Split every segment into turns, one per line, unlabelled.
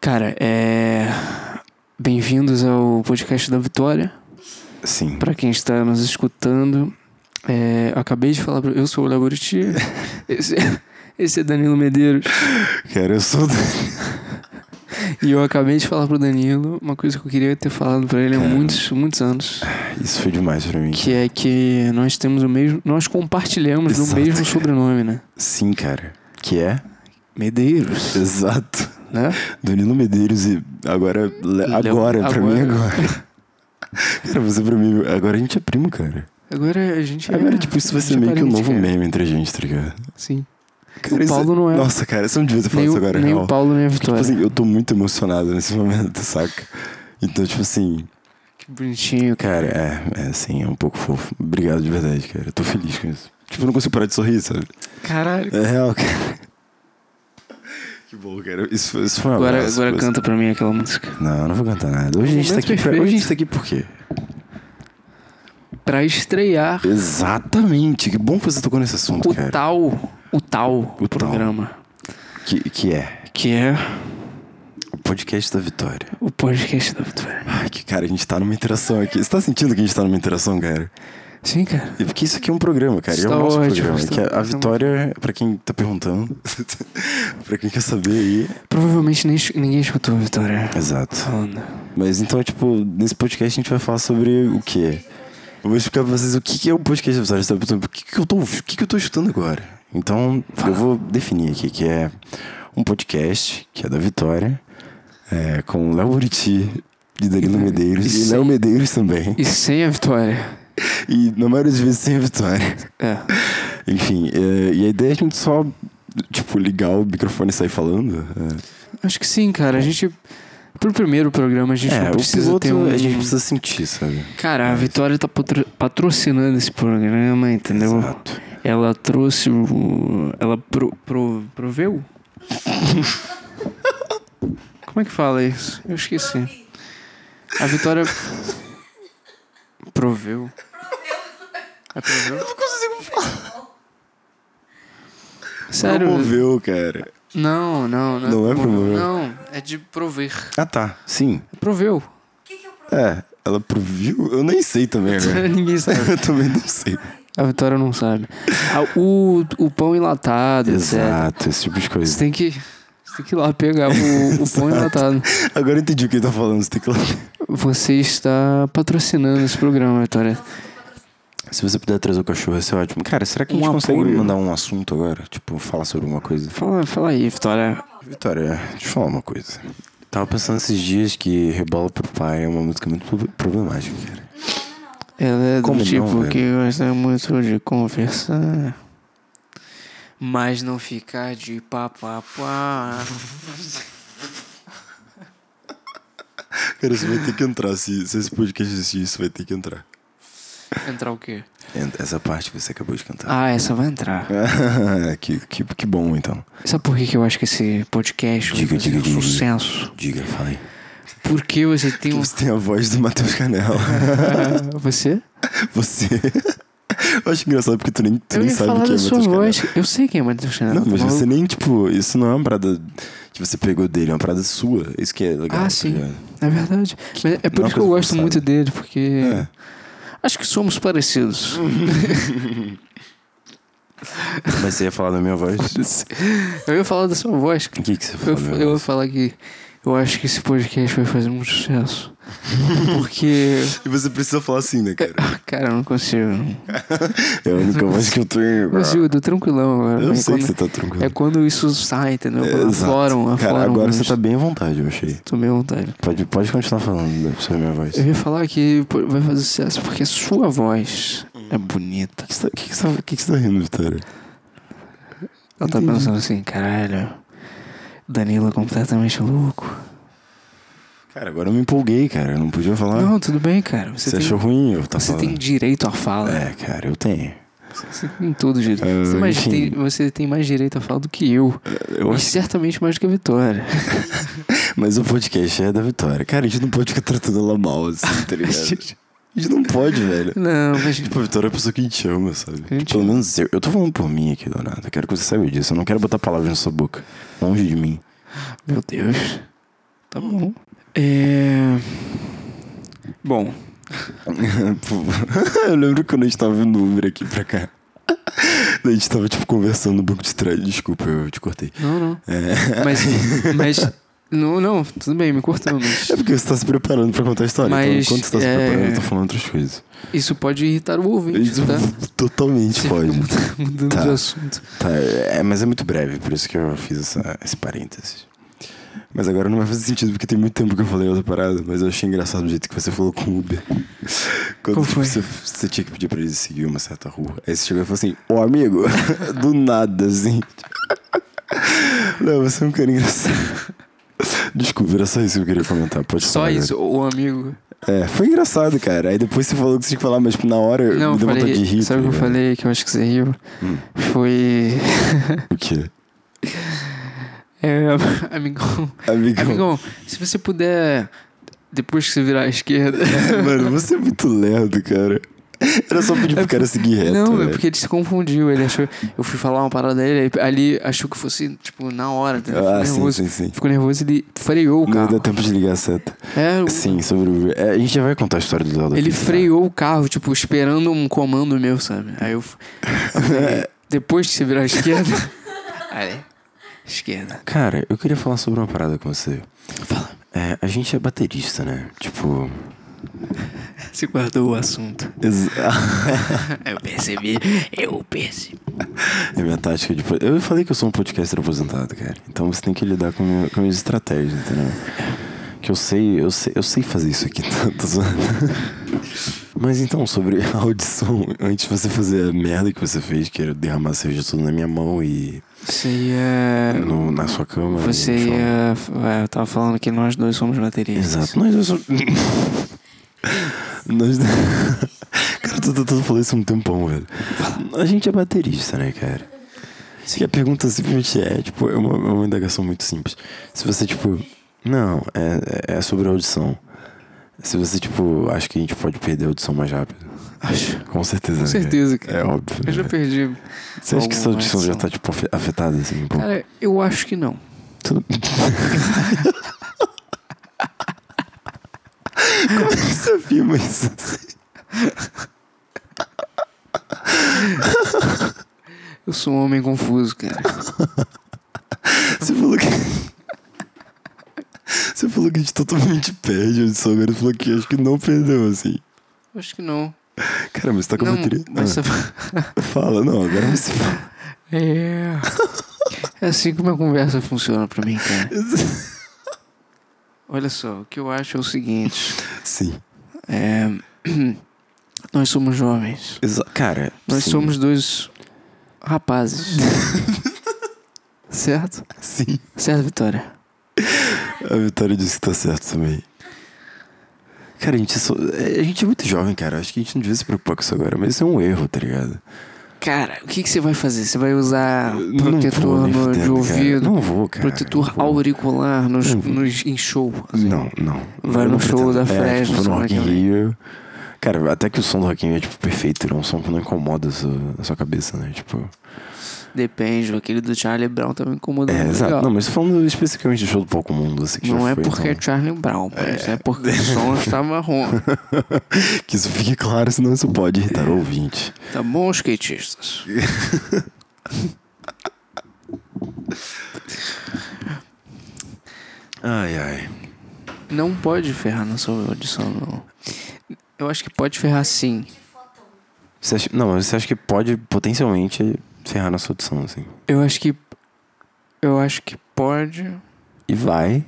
Cara, é. Bem-vindos ao podcast da Vitória.
Sim.
Pra quem está nos escutando, é, eu acabei de falar. Pra... Eu sou o Léo Goriti. Esse... Esse é Danilo Medeiros.
Cara, eu sou.
E eu acabei de falar pro Danilo uma coisa que eu queria ter falado pra ele há
Cara.
muitos, muitos anos.
Isso foi demais pra mim.
Que é que nós temos o mesmo. Nós compartilhamos o
Exato.
mesmo sobrenome, né?
Sim, cara. Que é?
Medeiros.
Exato.
Né?
Danilo Medeiros e agora. Le-
Léo-
Agora, pra mim
agora.
agora. Cara, você pra mim. Agora a gente é primo, cara.
Agora a gente. é-
Agora, tipo, isso vai
a gente
ser
é
meio que um
parente,
novo
cara.
meme entre a gente, tá ligado?
Sim.
Cara, isso-
Paulo não é-
Nossa, cara, você não devia ter falado
Nem,
isso
o-
agora,
nem
real.
o Paulo, nem a
Porque, tipo
Vitória.
assim, eu tô muito emocionado nesse momento, saca? Então, tipo assim,
Que bonitinho, cara.
cara, é, é assim, é um pouco fofo. Obrigado de verdade, cara. Eu tô feliz com isso. Tipo, eu não consigo parar de sorrir, sabe?
Caralho.
É real, cara. Que bom, cara. Isso, foi- isso foi um
Agora,
abraço,
agora
mas-
canta pra mim aquela música.
Não, eu não vou cantar nada. Hoje a gente tá
Momento
aqui pra...
perfeito.
Hoje a gente tá aqui por quê?
Pra estrear
Exatamente. Que bom que você tocou nesse assunto,
o
cara.
tal, o tal
O tal.
programa.
Que, que é
Que é
o podcast da Vitória.
o podcast da Vitória.
Ai, que cara, a gente tá numa interação aqui. Você tá sentindo que a gente tá numa interação, cara?
Sim, cara.
E Porque isso aqui é um programa, cara. e é
Está
o nosso
ótimo,
programa.
está-
que a,
está
a Vitória, pra quem tá perguntando, pra quem quer saber aí.
Provavelmente nem, ninguém escutou a Vitória
Exato.
falando.
Mas então, tipo, nesse podcast a gente vai falar sobre o quê? Eu vou explicar pra vocês o que que é o podcast da Vitória. Você tá perguntando, O que, que eu tô, ouvi- o que, que eu tô escutando agora? Então, eu vou definir aqui que é um podcast que é da Vitória, é, com Léo Buriti e Danilo Medeiros,
Isso
e
aí.
Léo Medeiros também.
E sem a Vitória.
E na maioria das vezes sem a Vitória.
É.
Enfim, é, e a ideia é a gente só, tipo, ligar o microfone e sair falando. é.
Acho que sim, cara. A gente. Pro primeiro programa, a gente não
É,
precisa
o piloto
ter um.
a gente precisa sentir, sabe?
Cara, a Vitória tá patro- patrocinando esse programa, entendeu?
Exato.
Ela trouxe o. Ela pro, pro, proveu? Como é que fala isso? Eu esqueci. A Vitória. Proveu. É proveu?
Não consigo falar.
Sério?
Promoveu, cara.
Não, não, não.
Não é promoveu.
Não, é de prover.
Ah, tá. Sim.
É Proveu.
É. Ela proviu? Eu nem sei também, né?
Ninguém sabe.
Eu também não sei.
A Vitória não sabe. Ah, O, o pão enlatado, etc.
Exato, esse tipo de
Você
coisa.
tem que. Você tem que ir lá pegar o, o pão
Exato.
enlatado.
Agora eu entendi o que ele tá falando. Você tem que...
Você está patrocinando esse programa, Vitória.
Se você puder trazer o cachorro, ia ser ótimo. Cara, será que a
Um
gente consegue
apoio.
mandar um assunto agora? Tipo, falar sobre alguma coisa?
Fala, fala aí, Vitória.
Vitória, deixa eu falar uma coisa. Tava pensando esses dias que Rebola pro Pai é uma música muito pro- problemática, cara.
Ela é do
Como não,
tipo
velho?
que gosta muito de conversar. Mas não ficar de papapá.
Cara, você vai ter que entrar. Se, se esse podcast existir, isso vai ter que entrar.
Entrar o quê?
Essa parte que você acabou de cantar.
Ah, essa vai entrar.
Ah, que, que, que bom, então.
Sabe por que, que eu acho que esse podcast vai
Diga,
fazer
diga,
um
diga.
sucesso?
Diga, fala aí.
Porque você tem um.
Você tem a voz do Matheus Canela.
você?
Você. Eu acho engraçado porque tu nem, tu
eu
nem
ia
sabe
falar
quem é
da sua
Matheus Canela.
voz. Eu sei quem é Matheus Canela.
Não,
tá
mas
maluco?
você nem, tipo, isso não é uma parada que você pegou dele, é uma parada sua. Isso que é legal.
Ah,
tá
sim.
ligado?
É verdade. Mas é por
não é
isso que eu
coisa
gosto
forçada.
muito dele, porque.
É.
Acho que somos parecidos.
Mas você ia falar da minha voz? O
Eu ia falar da sua voz, cara.
que, que você falou?
Eu,
da minha
eu ia
voz?
falar que eu acho que esse podcast vai fazer muito sucesso. Porque.
E você precisa falar assim, né, cara?
Cara, eu não consigo. Não
É a única voz que eu tenho. cara.
consigo, eu tô tranquilão agora.
Eu
É
sei que
quando-
você tá tranquilo.
É um quando isso sai, entendeu?
É,
Quando
exato.
afloram, afloram.
Cara, agora
mesmo.
você tá bem à vontade, eu achei.
Tô meio à vontade.
Pode, pode continuar falando da- sobre a minha voz.
Eu ia falar que pô, vai fazer sucesso porque a sua voz é bonita.
O que, você tá- que, que, você tá- que que você tá rindo, Vitória?
Ela tá
Entendi.
pensando assim, caralho. Danilo é completamente louco.
Cara, agora eu me empolguei, cara. Eu não podia falar.
Não, tudo bem, cara. Você,
você
tem,
achou ruim eu tá
você
falando?
tem direito à fala.
É, cara, eu tenho.
Você tem todo direito.
É,
Você, mais
enfim. É,
tem, você tem mais direito a falar do que eu.
Eu
E
acho...
certamente mais do que a Vitória.
Mas o podcast é da Vitória. Cara, a gente não pode ficar tratando ela mal, assim, tá ligado? A gente não pode, velho.
Não, mas.
Tipo, a Vitória é a pessoa que a gente ama, sabe?
A gente
Pelo menos eu. Eu tô falando por mim aqui, Leonardo. Eu quero que você saiba disso. Eu não quero botar palavras na sua boca. Longe de mim.
Meu Deus. Tá bom. É... Bom,
eu lembro quando a gente tava vindo Uber aqui pra cá. A gente tava, tipo, conversando no banco de trás. Desculpa, eu te cortei. É.
não, não. Mas, mas. Não, não, tudo bem, me cortando. Mas
É porque você tá se preparando pra contar a história.
Mas,
então, enquanto você tá se
é-
preparando, eu tô falando outras coisas.
isso pode irritar o ouvinte,
Isso
tá?
Totalmente
Você
pode.
fica mudando- Mudando
Tá.
de assunto.
Tá, é, mas é muito breve, por isso que eu fiz essa- esse parênteses. Mas agora não vai fazer sentido, porque tem muito tempo que eu falei outra parada, mas eu achei engraçado o jeito que você falou com o Uber. Quando tipo,
Qual foi?
Você, você tinha que pedir pra ele seguir uma certa rua. Aí você chegou e falou assim, ô amigo, do nada, assim. Não, você é um cara engraçado. Desculpa, era só isso que eu queria comentar. Pode
Só
falar agora.
isso, o amigo.
É, foi engraçado, cara. Aí depois você falou que você tinha que falar, mas tipo, na
Não,
hora eu
eu
me deu
falei.
vontade de rir.
sabe o
tá
que eu
ligado?
falei que eu acho que você riu?
Hum.
Foi.
O quê?
É, amigão.
Amigão.
Amigão, se você puder. Depois que você virar à esquerda.
Mano, você é muito lerdo, cara. Era só pedir pro cara seguir reto.
Não, é
velho.
porque ele se confundiu. Ele achou. Eu fui falar uma parada dele, aí ali achou que fosse, tipo, na hora. entendeu? Ficou
Ah, sim,
nervoso.
sim, sim.
Ficou nervoso ele freou o
Não dá
carro.
tempo de ligar a seta.
É, o-
Sim, sobre o. é, a gente já vai contar a história do Léo daqui,
ele
tá?
freou o carro, tipo, esperando um comando meu, sabe? Aí eu. f- eu falei, depois que você virar à esquerda. Aí. Esquerda.
Cara, eu queria falar sobre uma parada com você.
Fala.
É, a gente é baterista, né? Tipo.
Você guardou o assunto.
ex-
Eu percebi. Eu percebi.
é minha tática de. pod- Eu falei que eu sou um podcaster aposentado, cara. Então você tem que lidar com, minha, com minhas estratégias, entendeu? Que eu sei, eu sei, eu sei fazer isso aqui, tá, Tô zoando. Mas então, sobre a audição, antes de você fazer a merda que você fez, que era derramar cerveja tudo na minha mão e
Você ia.
no- na sua cama. e no
É, Você
chão.
ia. é, eu tava falando que nós dois somos baterias.
Exato. Nós dois somos. Nós. Cara, eu tô tentando falar isso há um tempão, velho. A gente é baterista, né, cara? E a pergunta simplesmente é, tipo, é uma, é uma indagação muito simples. Se você, tipo. Não, é, é sobre a audição. Se você, tipo, acha que a gente pode perder a audição mais rápido.
Acho.
Com certeza,
Com
né, cara?
certeza, cara.
É óbvio.
Eu já
né?
perdi.
Você acha que essa
alguma
audição já
audição.
tá, tipo, afe- afetada, assim? Pô,
Cara, eu acho que não.
tudo... Como é que você afirma isso?
Eu sou um homem confuso, cara.
Você falou que... Você falou que a gente totalmente perde a audição, agora você falou que acho que não perdeu, assim.
Eu acho que não.
Cara, mas você tá com a
não,
bateria...
mas
Ah,
essa-
Fala, não, agora você fala.
É. É assim que uma conversa funciona pra mim, cara. Olha só, o que eu acho é o seguinte.
Sim.
É. Nós somos jovens.
Exa- Cara,
Nós
sim.
somos dois rapazes. certo?
Sim.
Certo, Vitória?
A Vitória disse que tá certo também. Cara, a gente, é só- é- a gente é muito jovem, cara. Acho que a gente não devia se preocupar com isso agora, mas isso é um erro, tá ligado?
Cara, o que, que você vai fazer? Você vai usar
Não vou,
Ah, protetor
nem
no-
fudendo,
de
cara.
ouvido?
Não vou, cara.
protetor
Não vou.
auricular nos,
Não vou.
nos, em show? assim.
Não, não.
Vai
Eu
no
não
show
pretendo.
da
é,
Fresno,
tipo, no
sabe
Rock in
aquela-
Rio. Cara, até que o som do Rock in Rio é, tipo, perfeito. Ele é um som que não incomoda a sua, a sua cabeça, né? Tipo...
Depende, aquele do Charlie Brown tá também incomodou.
É, exato. Não, mas falando especificamente do show do Pouco Mundo, assim, que já
Não é
foi,
porque é
então,
Charlie Brown, mas é, porque o som estava ruim.
Que isso fique claro, senão isso pode irritar o ouvinte.
Tá bom, skatistas?
Ai, ai.
Não pode ferrar na sua audição, não. Eu acho que pode ferrar sim.
Você acha, não, mas você acha que pode potencialmente ferrar na sua audição, assim.
Eu acho que. Eu acho que pode
E vai.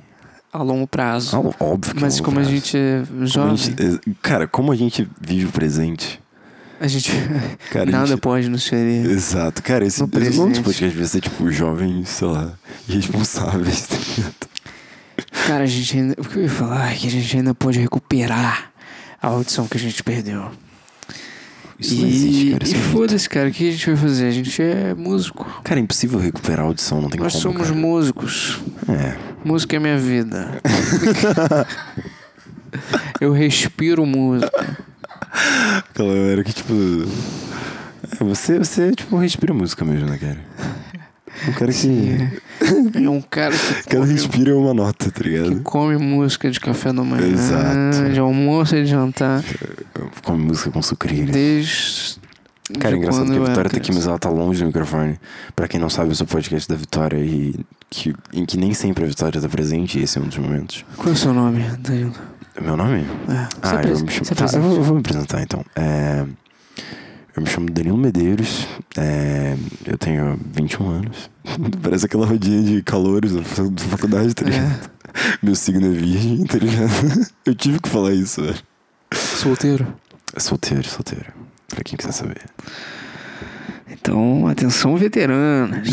a longo prazo.
Ah, óbvio que
mas
eu vou
como a
pra-
gente é
como a
jovem,
gente- eh, Cara, como a gente vive o presente.
a gente.
Cara, a
nada
gente-
pode nos ferir.
Exato. Cara, esse,
No
esse nome
presente.
do podcast devia ser, tipo, jovens, sei lá, irresponsáveis. tá ligado?
Cara, a gente ainda. O que eu ia falar é que a gente ainda pode recuperar a audição que a gente perdeu.
Isso
e
não existe, cara. Isso
e
é muito-
foda-se, cara, o que a gente vai fazer? A gente é músico.
Cara, é impossível recuperar a audição, não tem
Nós
como,
somos
cara.
músicos.
É.
Música é minha vida. Eu respiro música.
Aquela galera que, tipo... é, Você, você tipo, respira música mesmo, né, cara? Um cara que...
É um cara que
Cada
come,
respiro é uma nota, tá ligado?
que come música de café da manhã,
Exato.
de almoço e de jantar,
Come música com sucrilhos.
desde.
Cara, é
de
engraçado
quando
que a
eu era
Vitória tem que
criança.
ela tá longe do microfone. Pra quem não sabe, eu sou o podcast da Vitória e que, em que nem sempre a Vitória tá presente, e esse é um dos momentos.
Qual é o seu nome, Danilo?
Meu nome?
É, se
Ah, eu
apres-
me chamo.
se
tá,
apresente.
eu, vou, eu vou me apresentar então. É, eu me chamo Danilo Medeiros, é, eu tenho 21 anos. Parece aquela rodinha de calores da fa- da faculdade, tá ligado?
É,
Meu signo é virgem, tá ligado? Eu tive que falar isso, velho.
solteiro.
É Solteiro, solteiro. Pra quem quiser saber.
Então, atenção, veteranos.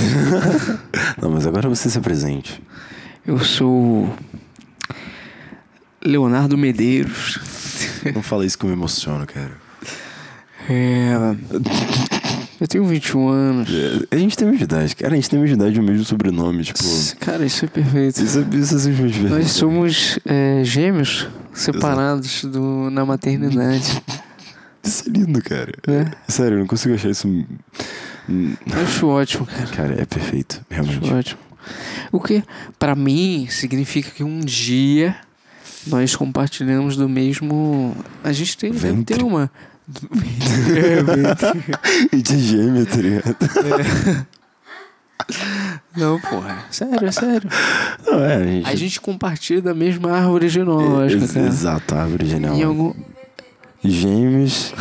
Não, mas agora você se apresente.
Eu sou. Leonardo Medeiros.
Não fala isso que eu me emociono, cara.
É, eu tenho 21 anos.
É, A gente tem a mesma idade, cara. A gente tem a mesma idade e o mesmo sobrenome, tipo. Isso
Cara, isso é perfeito.
é, isso é simplesmente verdade.
Nós somos é, gêmeos separados do, na maternidade.
Isso é lindo, cara.
Né?
Sério, eu não consigo achar isso.
Eu acho ótimo, cara.
Cara, é perfeito,
Acho
realmente.
ótimo. O que, pra mim, significa que um dia nós compartilhamos do mesmo. A gente tem, deve
Ventre.
ter uma. É, ventre.
E de gêmea, tá ligado?
Não, porra. Sério, é sério.
Não, é, a gente. é
A gente compartilha da mesma árvore genealógica,
Ex-
cara.
Exato, árvore
Em
genial.
algum,
Gêmeos.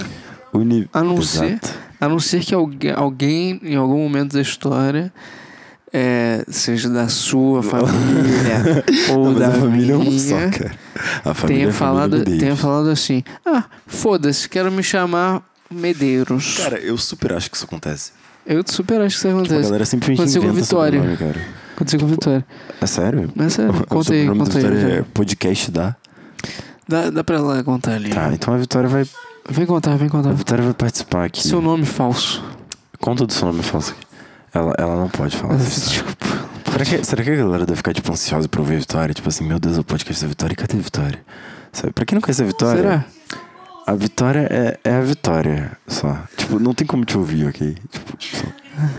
Uni...
A não ser-
Exato.
A não ser que algu- alguém, em algum momento da história, é, seja da sua família ou
Não, mas
da
a família é uma
minha,
só, cara.
tenha,
A família é a família
falado,
Medeiros.
tenha falado assim: Ah, foda-se, quero me chamar Medeiros.
Cara, eu super acho que isso acontece.
eu super acho que isso
Tipo, a
acontece.
galera simplesmente
Aconteceu com
inventa
Vitória.
sobrenome, cara.
Aconteceu com a Vitória.
É sério?
Mas sério,
né? o
conta aí,
sobrenome
conta
da Vitória
aí.
é podcast da...
Dá, dá pra lá contar ali.
Tá, então a Vitória vai,
Vem contar, vem
a
contar.
Vitória vai participar aqui.
Seu nome falso.
Conta do seu nome falso aqui. Ela, ela não pode falar. isso.
Desculpa.
será, que, será que a galera deve ficar, tipo, ansiosa pra ouvir a Vitória? Tipo assim, meu Deus, o podcast da Vitória, cadê a Vitória? Sabe, pra quem não conhece a Vitória,
Será?
a Vitória é, é a Vitória só. Tipo, não tem como te ouvir, ok? Tipo, só-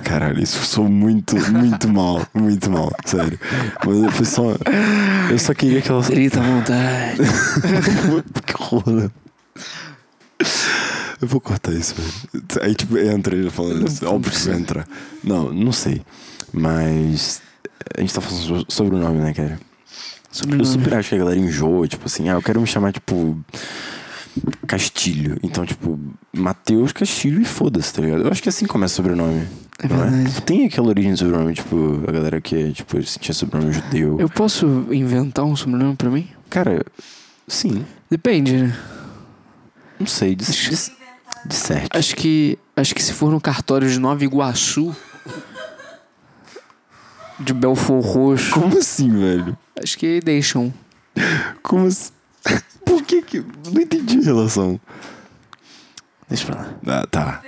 Caralho, isso sou muito, muito mal, muito mal, sério. Mas foi só. Eu só queria que ela.
Grita à vontade.
que horror, né? Eu vou cortar isso, velho. Aí, tipo, entra ele falando isso. Óbvio que vai entrar. Não, não sei. Mas. A gente tá falando so- sobre o nome, né, cara? Eu
Sobrenome.
super acho que a galera enjoa, tipo assim, ah, eu quero me chamar, tipo. Castilho. Então, tipo, Matheus Castilho e foda-se, tá ligado? Eu acho que assim começa o sobrenome.
É
não é?
verdade.
Tem aquela origem do sobrenome, tipo, a galera que, tipo, sentia sobrenome judeu.
Eu posso inventar um sobrenome pra mim?
Cara, sim.
Depende, né?
Não sei, de, de, de certo.
Acho que, acho que se for no cartório de Nova Iguaçu, de Belfor Roxo,
Como assim, velho?
acho que deixam.
Como assim? Por que que. Não entendi a relação.
Deixa pra lá.
Ah, tá.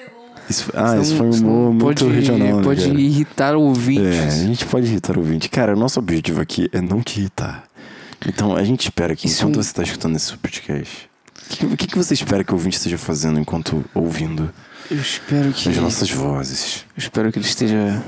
Isso, foi- ah,
Senão-
isso foi um
senão
humor muito
pode,
regional. né,
Pode
cara?
irritar
É, a
ouvintes.
gente pode irritar o ouvinte. Cara, o nosso objetivo aqui é não te irritar. Então, a gente espera que
Isso é
enquanto
um-
você está escutando esse podcast. O que, o que, que você espera que o ouvinte esteja fazendo enquanto ouvindo
Eu espero que.
as
Eu
nossas vozes?
espero que ele esteja.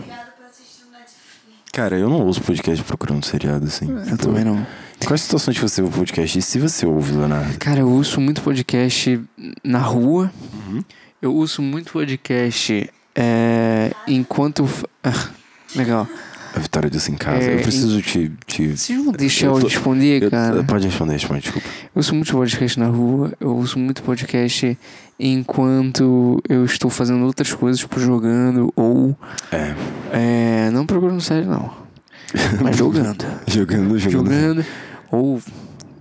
Cara, eu não ouço podcast procurando seriado assim.
Eu É, também não.
Quais situações que você ouve podcast? E se você ouve, Leonardo?
Cara, eu ouço muito podcast na rua.
Uhum.
Eu ouço muito podcast é, enquanto. eu fa- Ah, legal.
A Vitória disse em casa.
É,
eu preciso te. te...
Vocês vão deixar eu,
tô-
responder,
eu-
cara?
pode responder, responde, desculpa.
Eu ouço muito podcast na rua, eu ouço muito podcast enquanto eu estou fazendo outras coisas, tipo jogando ou.
É.
É, não procurando série, não. Mas jogando.
Jogando, jogando.
jogando ou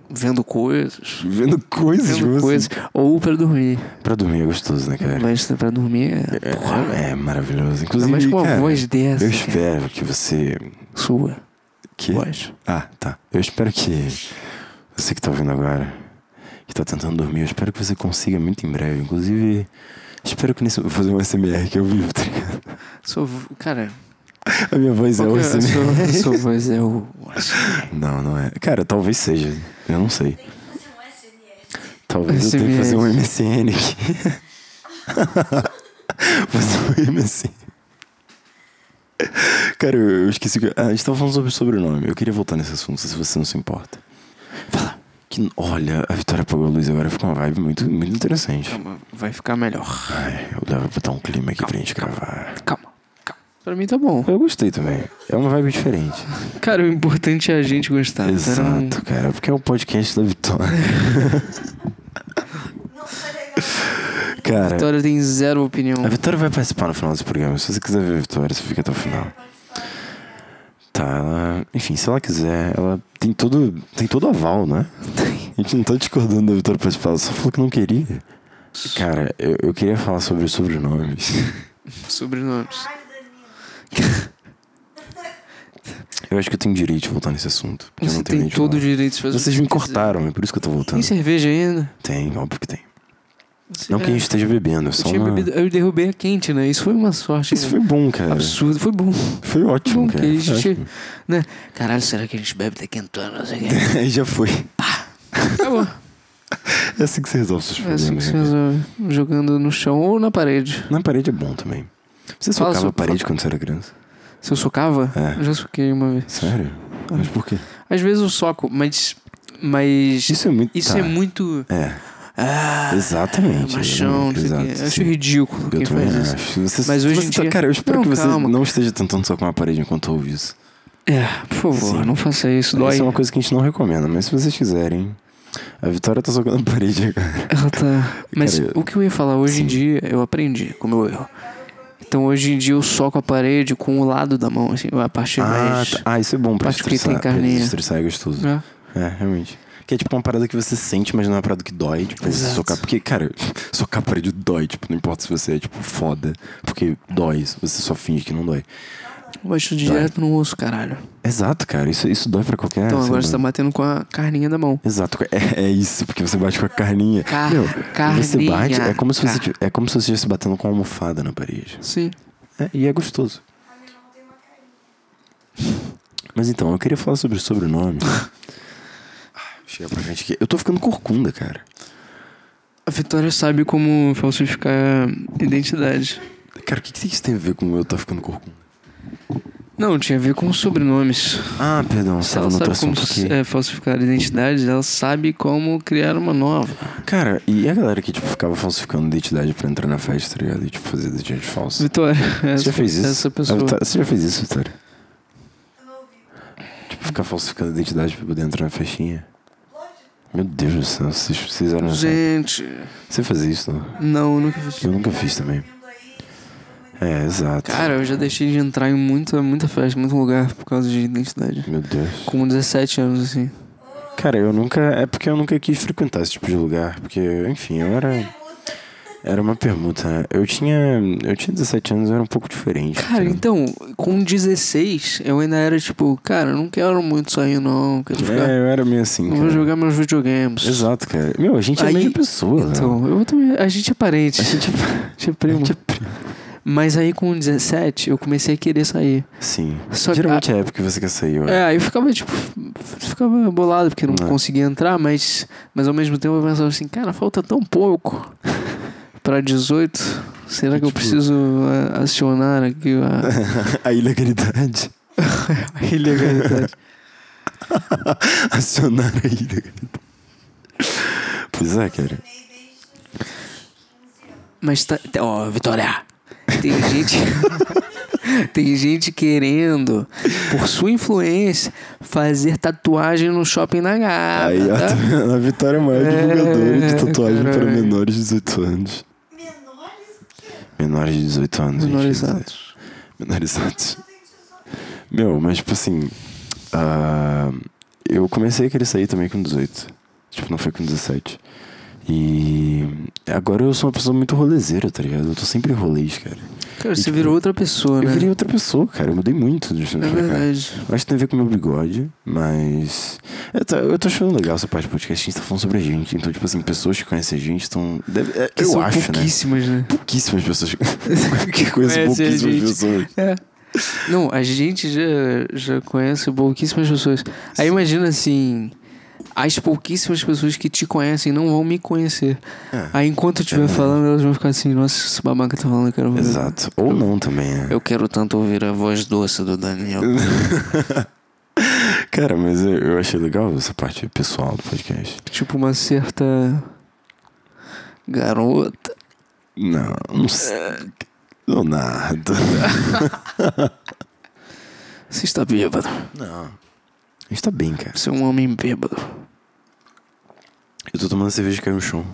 vendo coisas.
Vendo coisas,
Vendo
tipo
coisas.
assim.
Ou pra dormir.
Pra dormir é gostoso, né, cara?
Mas pra dormir é.
É,
Porra.
é maravilhoso.
Ainda
Inclusive,
mais com uma
cara,
voz dessa.
eu
cara.
espero que você.
Sua
Que?
voz.
Ah, tá. Eu espero que você que tá ouvindo agora, que tá tentando dormir, eu espero que você consiga muito em breve. Inclusive, espero que nesse. Vou fazer um SMR que eu vivo, tá ligado?
Sua. vo- Cara,
A minha voz é
qual
o
que é a sua, a
SMR.
sua voz é o. o ASMR.
Não, não é. Cara, talvez seja. Eu não sei. Talvez eu tenha que
SMS.
fazer um MSN aqui. fazer um MSN. Cara, eu eu esqueci que. Ah, a gente tava falando sobre sobrenome. Eu queria voltar nesse assunto, se você não se importa. Fala. Que, olha, a Vitória apagou a luz agora ficou uma vibe muito, muito interessante.
Calma, vai ficar melhor.
Ai, eu devo botar um clima aqui pra gente gravar.
Calma, calma. Pra mim tá bom.
Eu gostei também. É uma vibe diferente.
Cara, o importante é a gente gostar.
então
tá? Não-
Exato, cara. Porque é o podcast da Vitória. cara,
Vitória tem zero opinião.
a Vitória vai participar no final desse programa. Se você quiser ver a Vitória, você fica até o final. Tá, ela. Enfim, se ela quiser, ela tem todo. Tem todo aval, né? A gente não tá discordando da Vitória participar, ela só falou que não queria. Cara, eu, eu queria falar sobre sobrenomes.
Sobrenomes.
Eu acho que eu tenho direito de voltar nesse assunto. porque eu
Você
não tenho
tem
direito de
todo o
falar.
direito de fazer. o que
Vocês me
quiser.
cortaram, é por isso que eu tô voltando.
Tem cerveja ainda?
Tem, óbvio que tem.
Você-
Não que a
é,
gente esteja bebendo, é
eu
só
tinha
uma...
bebido- eu derrubei a quente, né? Isso foi uma sorte.
Isso
né?
foi bom, cara.
absurdo. Foi bom.
Foi É ótimo,
Bom,
cara.
que a
Foi
gente- né?
ótimo.
Caralho, será que a gente bebe da quentona? Não sei o quê.
Aí Já foi.
Acabou.
É assim que você resolve seus
É
problemas.
assim que se
né, cara?
resolve. Jogando no chão ou na parede.
Na parede é bom também. Você
Fala
socava a
sobre-
parede quando você era criança?
Se eu socava,
É.
eu já soquei uma vez.
Sério?
Ah.
Mas por quê?
Às vezes eu soco, mas. Mas. Isso,
Isso é muito... tá.
é muito.
É,
Ah,
exatamente.
machão, não sei o
exatamente,
quê.
exato,
Eu acho
sim.
ridículo
Eu
quem
também
faz isso.
acho. Você,
Mas hoje em
você tá-
dia-
Cara, eu espero
Não,
que você
calma.
não esteja tentando socar uma parede enquanto ouve isso.
É, por favor,
Sim.
não faça isso. Dói.
Isso é uma coisa que a gente não recomenda, mas se vocês quiserem... A Vitória tá socando a parede agora.
Ela tá. Mas
Cara, eu-
o que eu ia falar hoje em
Sim.
dia, eu aprendi com o meu erro. Então hoje em dia eu soco a parede com o lado da mão, assim, a parte
Ah,
mais.
tá. ah, isso é bom pra
Acho que tem
estressar. Pra
carninha.
estressar é gostoso.
né?
É, realmente. Que é tipo uma parada que você sente, mas não é uma parada que dói. Tipo,
Exato.
você socar. Porque, cara, socar a parede dói. Tipo, não importa se você é, tipo, foda. Porque dói. Você só finge que não dói.
Eu baixo direto no osso, caralho.
Exato, cara. Isso, isso dói pra qualquer.
Então
ser
agora você tá
humano.
batendo com a carninha da mão.
Exato, é, é isso, porque você bate com a carninha.
Car-
Meu, você
carninha.
bate, é como, se você,
Car-
tivesse- é como se você estivesse batendo com uma almofada na parede.
Sim.
É, e é gostoso. Mas então, eu queria falar sobre sobrenome. Ah, Chega pra frente aqui. Eu tô ficando corcunda, cara.
A Vitória sabe como falsificar identidade.
Cara, o que, que isso tem a ver com eu tá ficando corcunda?
Não, tinha a ver com sobrenomes.
Ah, perdão, você
ela
tava no outro
sabe como
assunto aqui.
é, falsificar identidades, ela sabe como criar uma nova.
Cara, e a galera que, tipo, ficava falsificando identidade pra entrar na festa, tá ligado? E, tipo, fazer identidade falsa.
Vitória,
Você
essa,
já fez isso?
essa
Ah,
pessoa.
Vitória, você já fez isso, Vitória? Tipo, ficar falsificando identidade pra poder entrar na festinha. Meu Deus do céu, vocês, vocês eram...
Gente,
Você fazia isso, não?
não, nunca fiz.
Eu nunca fiz também. É, exato.
Cara, eu já deixei de entrar em muita, muita festa, muito lugar por causa de identidade.
Meu Deus.
Com 17 anos, assim.
Cara, eu nunca. É porque eu nunca quis frequentar esse tipo de lugar. Porque, enfim, eu era. Era uma permuta, né? Eu tinha. Eu tinha 17 anos, eu era um pouco diferente.
Cara,
entendeu?
então, com 16, eu ainda era tipo, cara, eu não quero muito sair, não. Quero ficar.
É, eu era meio assim.
não
cara.
vou jogar meus videogames.
Exato, cara. Meu, a gente
Aí-
é meio de pessoa, né?
Então, eu também. A gente é parente.
A gente é.
A gente é primo.
a gente é
Mas aí com 17 eu comecei a querer sair.
Sim.
Só que-
Geralmente é a época que você quer sair, eu
É, aí eu ficava tipo, f- ficava bolado porque não
É.
conseguia entrar, mas, mas ao mesmo tempo eu pensava assim, cara, falta tão pouco pra 18. Será que eu
Tipo-
preciso é, acionar aqui a,
A ilegalidade.
a ilegalidade?
Acionar a ilegalidade. Pois é, cara.
Mas tá, tá- ó, Vitória, tem gente tem gente querendo por sua influência fazer tatuagem no shopping na Gávea.
Aí, ó,
tá?
tá vendo? a Vitória é a maior divulgadora de tatuagem para
caralho.
menores de 18 anos. Menores de 18 anos, gente,
Menorizados.
Menorizados. Meu, mas tipo assim. ah, eu comecei a querer sair também com 18. Tipo, não foi com 17. E agora eu sou uma pessoa muito rolezeira, tá ligado? Eu tô sempre em rolês, cara.
Cara,
E,
você
tipo,
virou outra pessoa,
Eu
né?
virei né, outra pessoa, cara. Eu mudei muito dos
É
tempos pra cá.
verdade.
Eu Acho que tem a ver com o meu bigode, mas. Eu tô, eu tô achando legal essa parte do podcast, a gente tá falando sobre a gente. Então, tipo assim, pessoas que conhecem a gente estão. deve- é,
Que
eu
são
acho, né?
pouquíssimas, né?
Pouquíssimas pessoas.
Que
Eu conheço pouquíssimas pessoas.
Não, a gente já, já conhece pouquíssimas pessoas. Aí imagina assim. as pouquíssimas pessoas que te conhecem não vão me conhecer.
É.
Aí enquanto eu estiver falando, elas vão ficar assim, nossa, esse babaca tá falando, eu
Uhum.
quero ouvir.
Exato. Ou não também, é.
Eu quero tanto ouvir a voz doce do Daniel.
Cara, mas eu, eu achei legal essa parte pessoal do podcast.
tipo uma certa garota.
Não, não sei. Leonardo.
Você está bêbado.
Não. A gente tá bem, cara.
Você é um homem bêbado.
Eu tô tomando cerveja que caiu no chão.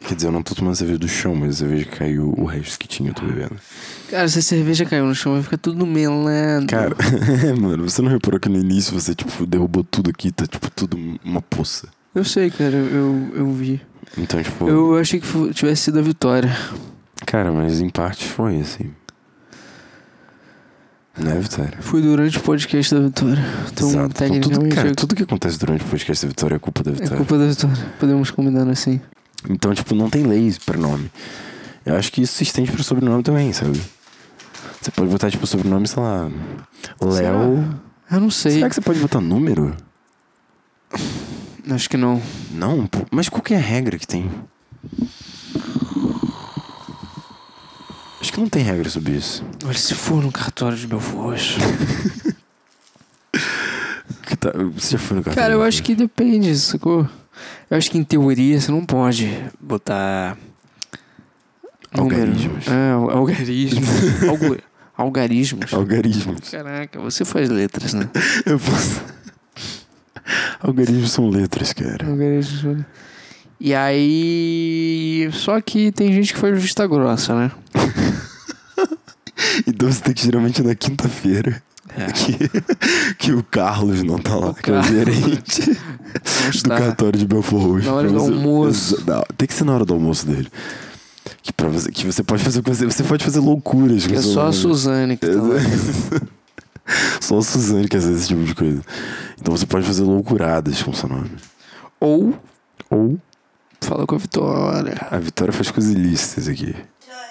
Quer dizer, eu não tô tomando cerveja do chão, mas a cerveja que caiu o resto que tinha, eu tô bebendo.
Cara, se a cerveja caiu no chão, vai ficar tudo melado.
Cara, mano, você não reparou que no início você, tipo, derrubou tudo aqui, tá, tipo, tudo uma poça.
Eu sei, cara, eu, eu vi.
Então, tipo,
Eu achei que fo- tivesse sido a vitória.
cara, mas em parte foi, assim. Né, Vitória?
Foi durante o podcast da vitória. Então,
Exato. Então, tudo,
tecnicamente,
cara,
é-
tudo que acontece durante o podcast da Vitória é culpa da
é
Vitória.
culpa da vitória. Podemos combinar assim.
Então, tipo, não tem leis pra nome. Eu acho que isso se estende pro sobrenome também, sabe? Você pode botar, tipo, sobrenome, sei lá. Léo.
Eu não sei.
Será que você pode botar número?
Acho que não.
Não, pô. Mas qual que é a regra que tem? Acho que não tem regra sobre isso.
Olha, se for no cartório de meu fosso.
Que tá- Você já foi no cartão?
Cara, eu acho que depende, sacou? Eu acho que em teoria você não pode botar. número.
Algarismos.
É, al- algarismos. Algo- algarismos.
Algarismos.
Caraca, você faz letras, né?
Eu posso... Algarismos são letras, cara.
Algarismos. E aí. Só que tem gente que faz vista grossa, né?
Então você tem que geralmente na quinta-feira.
É.
Que, que o Carlos não tá lá,
O
que é o
Carlos.
gerente
Não
do
está.
cartório de Belfort Roxo.
Na hora do
Pra você-
almoço.
Exa- não, tem que ser na hora do almoço dele. Que, pra você, que você pode fazer o que você, você pode fazer loucuras. com
É
seu
só a
nome.
Suzane que tá
Então, é
lá.
Só a Suzane que às vezes esse tipo de coisa. Então você pode fazer loucuradas com seu nome.
Ou
Ou
fala com a Vitória.
a Vitória faz coisas ilícitas aqui.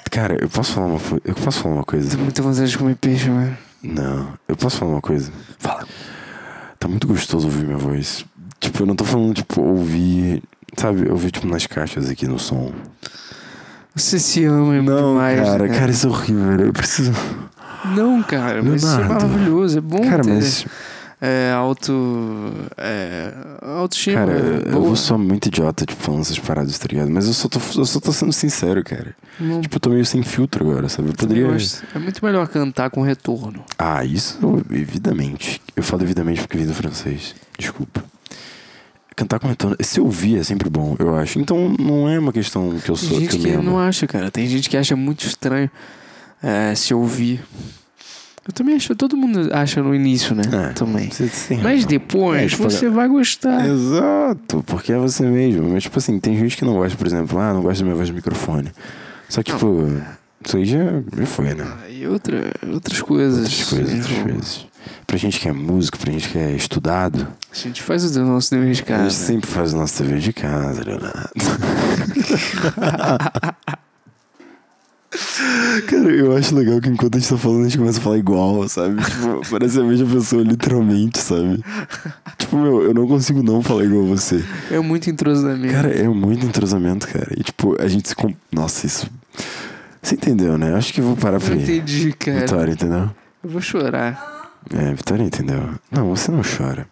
Cara, eu posso falar uma, fo- eu posso falar uma coisa?
Tô com muita vontade de comer peixe, mano.
Não, eu posso falar uma coisa?
Fala.
Tá muito gostoso ouvir minha voz. Tipo, eu não tô falando, tipo, ouvir. Sabe, ouvir, tipo, nas caixas aqui no som.
Você se ama demais, né,
cara, cara, isso é horrível, velho. Eu preciso.
Não, cara, mas isso é
Leonardo.
maravilhoso. É bom
Cara,
ter
mas.
é, auto. É, autoestima.
Cara,
é,
eu
boa.
vou sou muito idiota, tipo, falando essas paradas, tá ligado? Mas eu só tô, eu só tô sendo sincero, cara.
Não,
Tipo, eu tô meio sem filtro agora, sabe? Eu poderia.
eu gosto. É muito melhor cantar com retorno.
Ah, isso evidamente. Eu falo evidamente porque vim do francês. Desculpa. Cantar com retorno. Se eu ouvir é sempre bom, eu acho. Então não é uma questão que eu
Tem
sou
gente
que eu
que
me amo.
não é. acha, cara. Tem gente que acha muito estranho é, se ouvir. Eu também acho, todo mundo acha no início, né?
É.
Também.
Você- você tem
Mas
razão. É,
depois
tipo,
você vai gostar.
Exato, porque é você mesmo. Mas, tipo assim, tem gente que não gosta, por exemplo, ah, não gosta da minha voz no microfone. Só que, tipo, isso aí já, já foi, né?
E outra, outras coisas.
Outras coisas, outras
Então,
coisas. Pra gente que é músico, pra gente que é estudado,
A gente faz o nosso dever de
a
casa.
gente sempre faz o nosso dever de casa, Leonardo. Cara, eu acho legal que enquanto a gente tá falando, a gente começa a falar igual, sabe? Tipo, parece a mesma pessoa, literalmente, sabe? Tipo, meu, eu não consigo não falar igual você.
É muito entrosamento.
Cara, é muito entrosamento, cara. E tipo, a gente se. Com... Nossa, isso. Você entendeu, né? Acho que vou parar por
eu
aí.
entendi, cara.
Vitória, entendeu?
Eu vou chorar.
É, Vitória entendeu. Não, você não chora.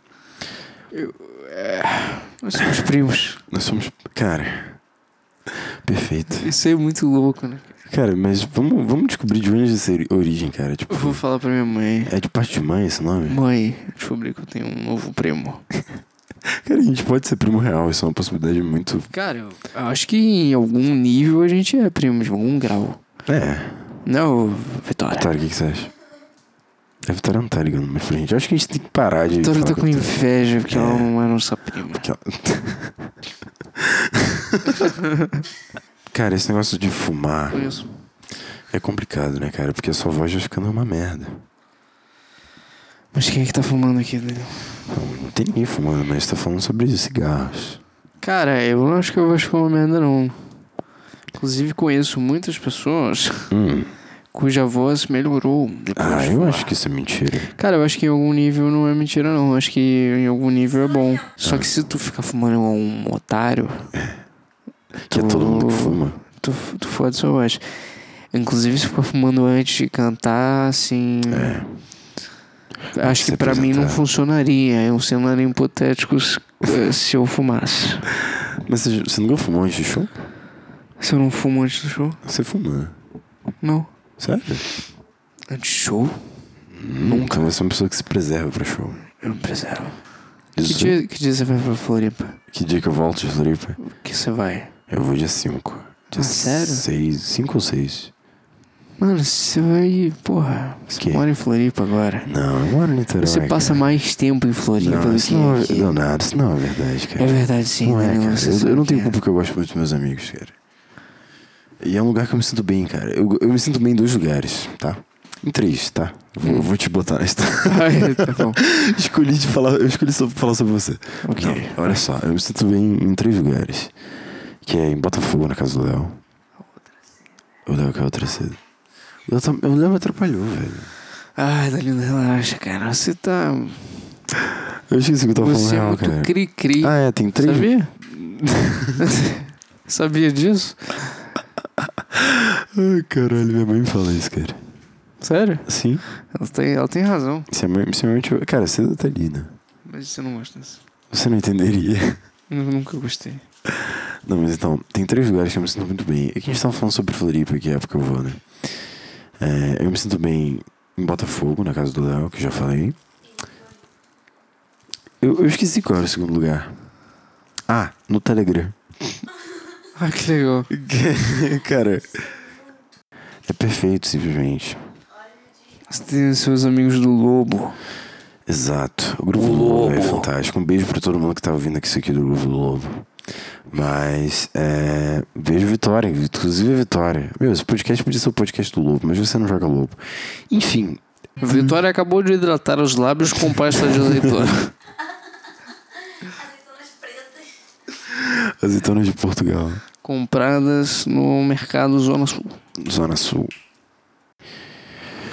Nós somos primos.
Nós somos. Cara. Perfeito.
Isso é muito louco, né?
Cara, mas vamos, vamos descobrir de onde é essa ori- origem, cara. Tipo,
Eu vou falar pra minha mãe.
é de parte de mãe esse nome?
Mãe, descobri que eu tenho um novo primo.
Cara, a gente pode ser primo real, isso é uma possibilidade muito.
Cara, eu eu acho que em algum nível a gente é primo, de algum grau.
É.
Não, Vitória.
Vitória, o que, que você acha? A Vitória não tá ligando mais pra gente. Eu acho que a gente tem que parar de.
Vitória
falar
tá com inveja porque
É.
ela não é nossa prima.
Que ela- cara, esse negócio de fumar
Conheço.
é complicado, né, cara? Porque a sua voz vai ficando uma merda.
Mas quem é que tá fumando aqui, Daniel?
Não, não tem ninguém fumando, mas tá falando sobre cigarros.
Cara, eu não acho que eu vou fumar merda, não. Inclusive, conheço muitas pessoas
Hum,
cuja voz melhorou depois.
Ah,
de
eu
falar.
acho que isso é mentira.
Cara, eu acho que em algum nível não é mentira, não. Eu acho que em algum nível é bom. Só que se tu ficar fumando igual um otário,
Que é todo mundo que fuma.
tu, tu fode sua voz. Inclusive, se ficar fumando antes de cantar, assim.
É,
Acho
Se
que pra mim
apresentar.
não funcionaria. É um cenário hipotético se eh, se eu fumasse.
Mas você, você nunca fumou antes de show?
Se eu não fumo antes do show?
Você fuma.
Não.
Sério?
Antes do show?
Nunca. Você é uma pessoa que se preserva pra show.
Eu não preservo. Que
Isso-
dia, que dia você vai pra Floripa?
que dia que eu volto de Floripa?
Que você vai?
Eu vou dia 5. Dia
Ah, sério?
6. 5 ou 6?
Mano, você vai. Porra, você
Que?
mora em Floripa agora.
Não, eu moro em Niterói.
Você passa
cara.
mais tempo em Floripa
Não,
do
isso
que
não, é-
aqui.
não, nada, isso não é verdade, cara.
É verdade, sim.
Não é,
Daniel,
cara.
você
Eu,
sabe
eu não tenho
que é.
culpa porque eu gosto muito dos meus amigos, cara. E é um lugar que eu me sinto bem, cara. Eu, eu me sinto bem em dois lugares, tá? Em três, tá? Eu
Hum.
vou, eu vou te botar na história.
Ai, tá bom.
escolhi de falar, eu escolhi só falar sobre você.
Ok.
Não, olha só, eu me sinto bem em três lugares. Que é em Botafogo, na casa do Léo. O Léo que é outra cedo. O Léo, tá, o Léo me atrapalhou, velho.
Ai, Danilo, relaxa, cara. Você tá.
Eu esqueci o que eu tava
Você é
falando,
muito
real, cara.
cri-cri.
Ah, é, tem três.
Sabia? Sabia disso?
Ai, caralho, minha mãe me fala isso, cara.
Sério?
Sim.
Ela tem, ela tem razão.
Se a mãe, se a mãe tiver- é Cara, você tá ali, né?
Mas você não gosta disso.
Você não entenderia.
Eu nunca gostei.
Não, mas então, tem três lugares que eu me sinto muito bem. É que a gente tava falando sobre Floripa, que é a época que eu vou, né? É, eu me sinto bem em Botafogo, na casa do Léo, que eu já falei. Eu, eu esqueci qual era o segundo lugar. Ah, no Telegram.
Ah, que legal.
Cara, é perfeito, simplesmente.
Você tem os seus amigos do Lobo.
Exato. O Grupo
O
Lobo é
Lobo.
fantástico. Um beijo pra todo mundo que tá ouvindo aqui, isso aqui do Grupo Lobo. Mas, é... beijo Vitória, inclusive a Vitória. Meu, esse podcast podia ser o podcast do Lobo, mas você não joga Lobo. Enfim,
Vitória acabou de hidratar os lábios com pasta de azeitona.
Azeitonas pretas.
azeitonas de Portugal,
Compradas no mercado Zona Sul.
Zona Sul.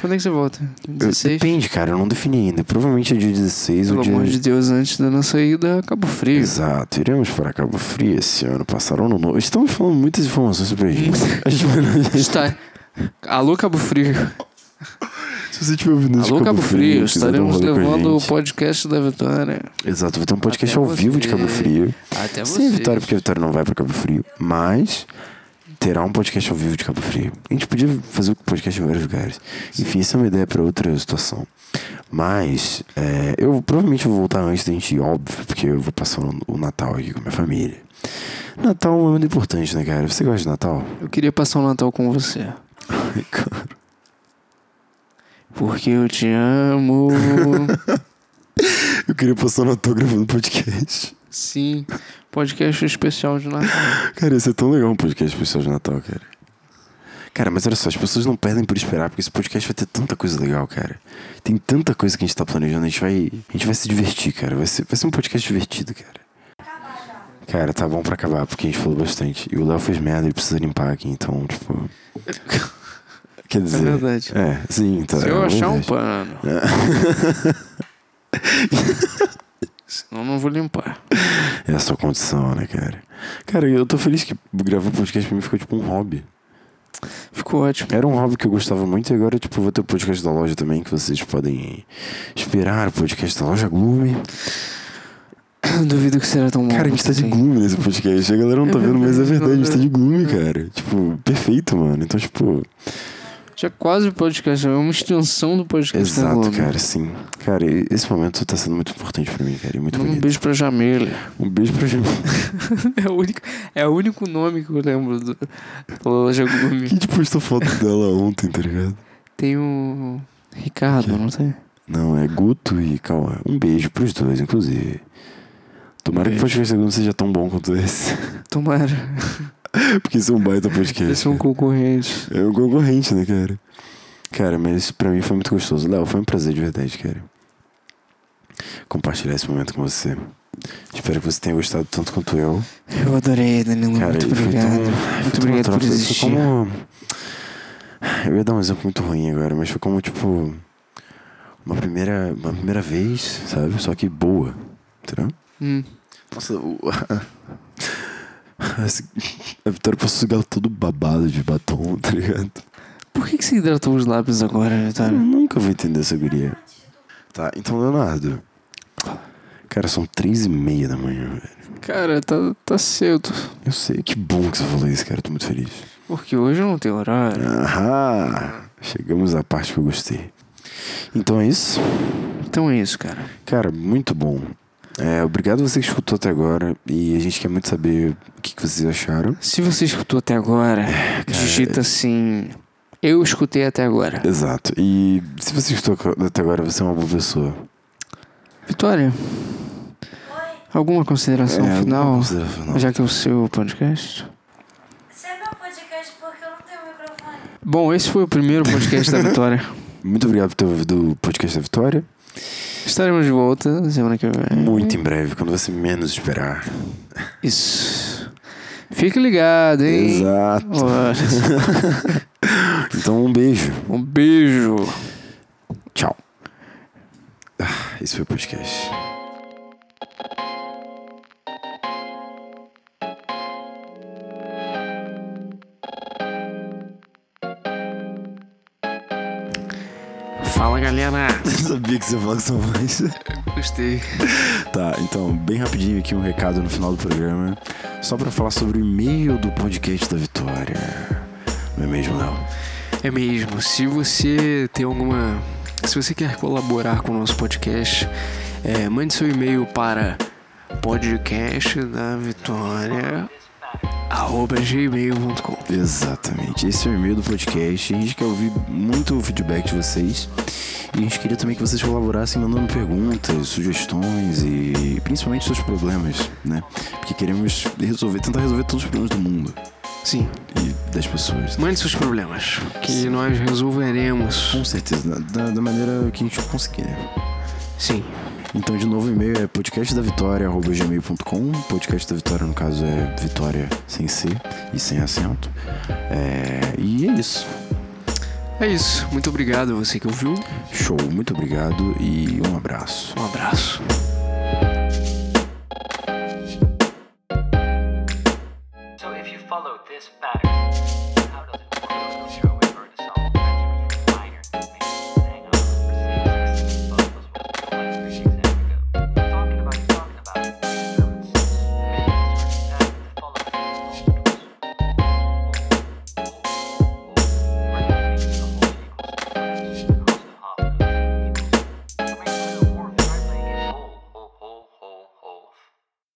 Quando é que você volta?
Eu,
16?
depende, cara, eu não defini ainda. Provavelmente é dia 16
Pelo
ou dia...
amor de Deus, antes da nossa ida, Cabo Frio.
Exato, iremos para Cabo Frio esse ano, passaram no novo. Estamos falando muitas informações sobre a gente. A gente vai-
Está... Alô, Cabo Frio.
Se você estiver ouvindo isso de
Alô, Cabo Frio.
quiser dar um
Estaremos
rolê com a
levando o
gente.
podcast da Vitória.
Exato, vai ter um podcast
Até
ao vivo de
você.
Cabo Frio.
Até
Sem
você.
a Vitória, porque a Vitória não vai pra Cabo Frio, mas terá um podcast ao vivo de Cabo Frio. A gente podia fazer o podcast em vários lugares. Enfim, essa é uma ideia pra outra situação. Mas é, eu provavelmente vou voltar antes da gente ir, óbvio, porque eu vou passar o- o Natal aqui com a minha família. Natal é um momento importante, né, cara? Você gosta de Natal?
Eu queria passar o Natal com você. Porque eu te amo.
Eu queria passar o Natal gravando podcast.
Sim. Podcast especial de Natal.
Cara, isso é tão legal um podcast especial de Natal, cara. Cara, mas olha só, as pessoas não perdem por esperar, porque esse podcast vai ter tanta coisa legal, cara. Tem tanta coisa que a gente tá planejando, a gente vai, a gente vai se divertir, cara. Vai ser, vai ser um podcast divertido, cara. Cara, tá bom pra acabar, porque a gente falou bastante. E o Léo fez merda, ele precisa limpar aqui, então, tipo. Quer
É
dizer.
verdade.
É, sim, então.
Se
é
eu achar um
verdade.
pano. Senão eu não vou limpar.
É a sua condição, né, cara? Cara, eu tô feliz que gravar podcast pra mim ficou tipo um hobby.
Ficou ótimo.
Era um hobby que eu gostava muito e agora, tipo, vou ter o podcast da loja também, que vocês podem esperar. O podcast da loja Gloomy.
Duvido que será tão bom.
Cara, a gente tá de
assim.
Gloomy nesse podcast. A galera não
É
tá vendo, mas é
verdade,
verdade, a
não,
gente tá de Gloomy, cara. Tipo, perfeito, mano. Então, tipo,
Já quase podcast. É uma extensão do podcast. da
exato,
Globo.
cara, sim. Cara, e- esse momento tá sendo muito importante pra mim, cara, e muito
Manda Um
bonito.
beijo pra Jamila.
Um beijo pra gente.
É o único, é o único nome que eu lembro do, da loja
Quem
Gloomy.
te postou tipo, foto dela ontem, tá ligado?
Tem o Ricardo, não tem?
Não, é Guto e Cauã. Um beijo pros dois, inclusive. Tomara que o
beijo.
podcast da Gloomy seja tão bom quanto esse.
Tomara.
Porque isso é um baita podcast.
Esse é um concorrente.
É um concorrente, né, cara? Cara, mas isso pra mim foi muito gostoso. Léo, foi um prazer de verdade, cara. Compartilhar esse momento com você. Espero que você tenha gostado tanto quanto eu.
Eu adorei, Danilo.
Cara,
Muito
e foi
obrigado.
tão- foi
Muito
tão
obrigado por
natural, foi- foi
existir.
como- Eu ia dar um exemplo muito ruim agora, mas foi como, tipo, uma primeira, uma primeira vez, sabe? Só que boa, entendeu?
Hum.
Nossa, o... Assim, a Vitória passou o galo todo babado de batom, tá ligado?
Por que, que você hidratou os lábios agora,
Eu
Vitória?
nunca vou entender essa guria. Tá, então, Leonardo. Cara, são três e meia da manhã, velho.
Cara, tá, tá cedo.
Eu sei, que bom que você falou isso, cara. Eu tô muito feliz.
Porque hoje não tem horário.
Ahá! Chegamos à parte que eu gostei. Então é isso.
Então é isso, cara.
Cara, muito bom. É, obrigado você que escutou até agora. E a gente quer muito saber o que, que vocês acharam.
Se você escutou até agora, digita assim. Eu escutei até agora.
Exato. E se você escutou até agora, você é uma boa pessoa.
Vitória, alguma consideração
É,
um final?
alguma coisa final.
Já que é o seu podcast?
Isso é meu podcast porque eu não tenho microfone.
Bom, esse foi o primeiro podcast da Vitória.
Muito obrigado por ter ouvido o podcast da Vitória.
Estaremos de volta semana que vem.
Muito em breve, quando você menos esperar.
Isso. Fique ligado, hein?
Exato.
Olha,
Então, um beijo.
Um beijo.
Tchau. Ah, esse foi o podcast.
Fala, galera.
Eu sabia que você ia falar com sua voz.
Gostei.
Tá, então, bem rapidinho aqui um recado no final do programa. Só pra falar sobre o e-mail do podcast da Vitória. Não é mesmo, Léo?
É mesmo. Se você tem alguma. Se você quer colaborar com o nosso podcast, é, mande seu e-mail para podcastdavitória.gmail.com
Exatamente. Esse é o e-mail do podcast. A gente quer ouvir muito o feedback de vocês. E a gente queria também que vocês colaborassem mandando perguntas, sugestões e principalmente seus problemas, né? Porque queremos resolver, tentar resolver todos os problemas do mundo
Sim,
e das pessoas.
mande seus problemas, que nós resolveremos.
Com certeza, da- da, da maneira que a gente conseguir, né?
Sim.
Então, de novo, o e-mail é podcastdavitória.gmail.com Podcast da Vitória, no caso, é Vitória sem C e sem acento. É, e é isso.
É isso. Muito obrigado a você que ouviu.
Show, muito obrigado e um abraço.
Um abraço.